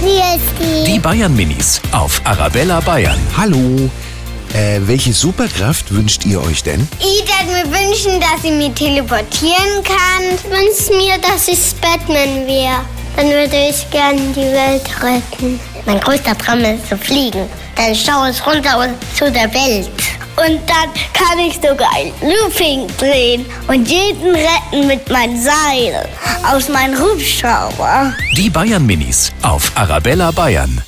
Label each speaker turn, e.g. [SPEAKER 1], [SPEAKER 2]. [SPEAKER 1] Grüß
[SPEAKER 2] Die Bayern Minis auf Arabella Bayern.
[SPEAKER 3] Hallo. Äh, welche Superkraft wünscht ihr euch denn?
[SPEAKER 1] Ich würde mir wünschen, dass ich mich teleportieren kann. Ich wünsche mir, dass ich Batman wäre. Dann würde ich gerne die Welt retten.
[SPEAKER 4] Mein größter Traum ist zu fliegen. Dann schaue ich runter und zu der Welt.
[SPEAKER 1] Und dann kann ich sogar ein Looping drehen und jeden retten mit meinem Seil aus meinem Hubschrauber.
[SPEAKER 2] Die Bayern Minis auf Arabella Bayern.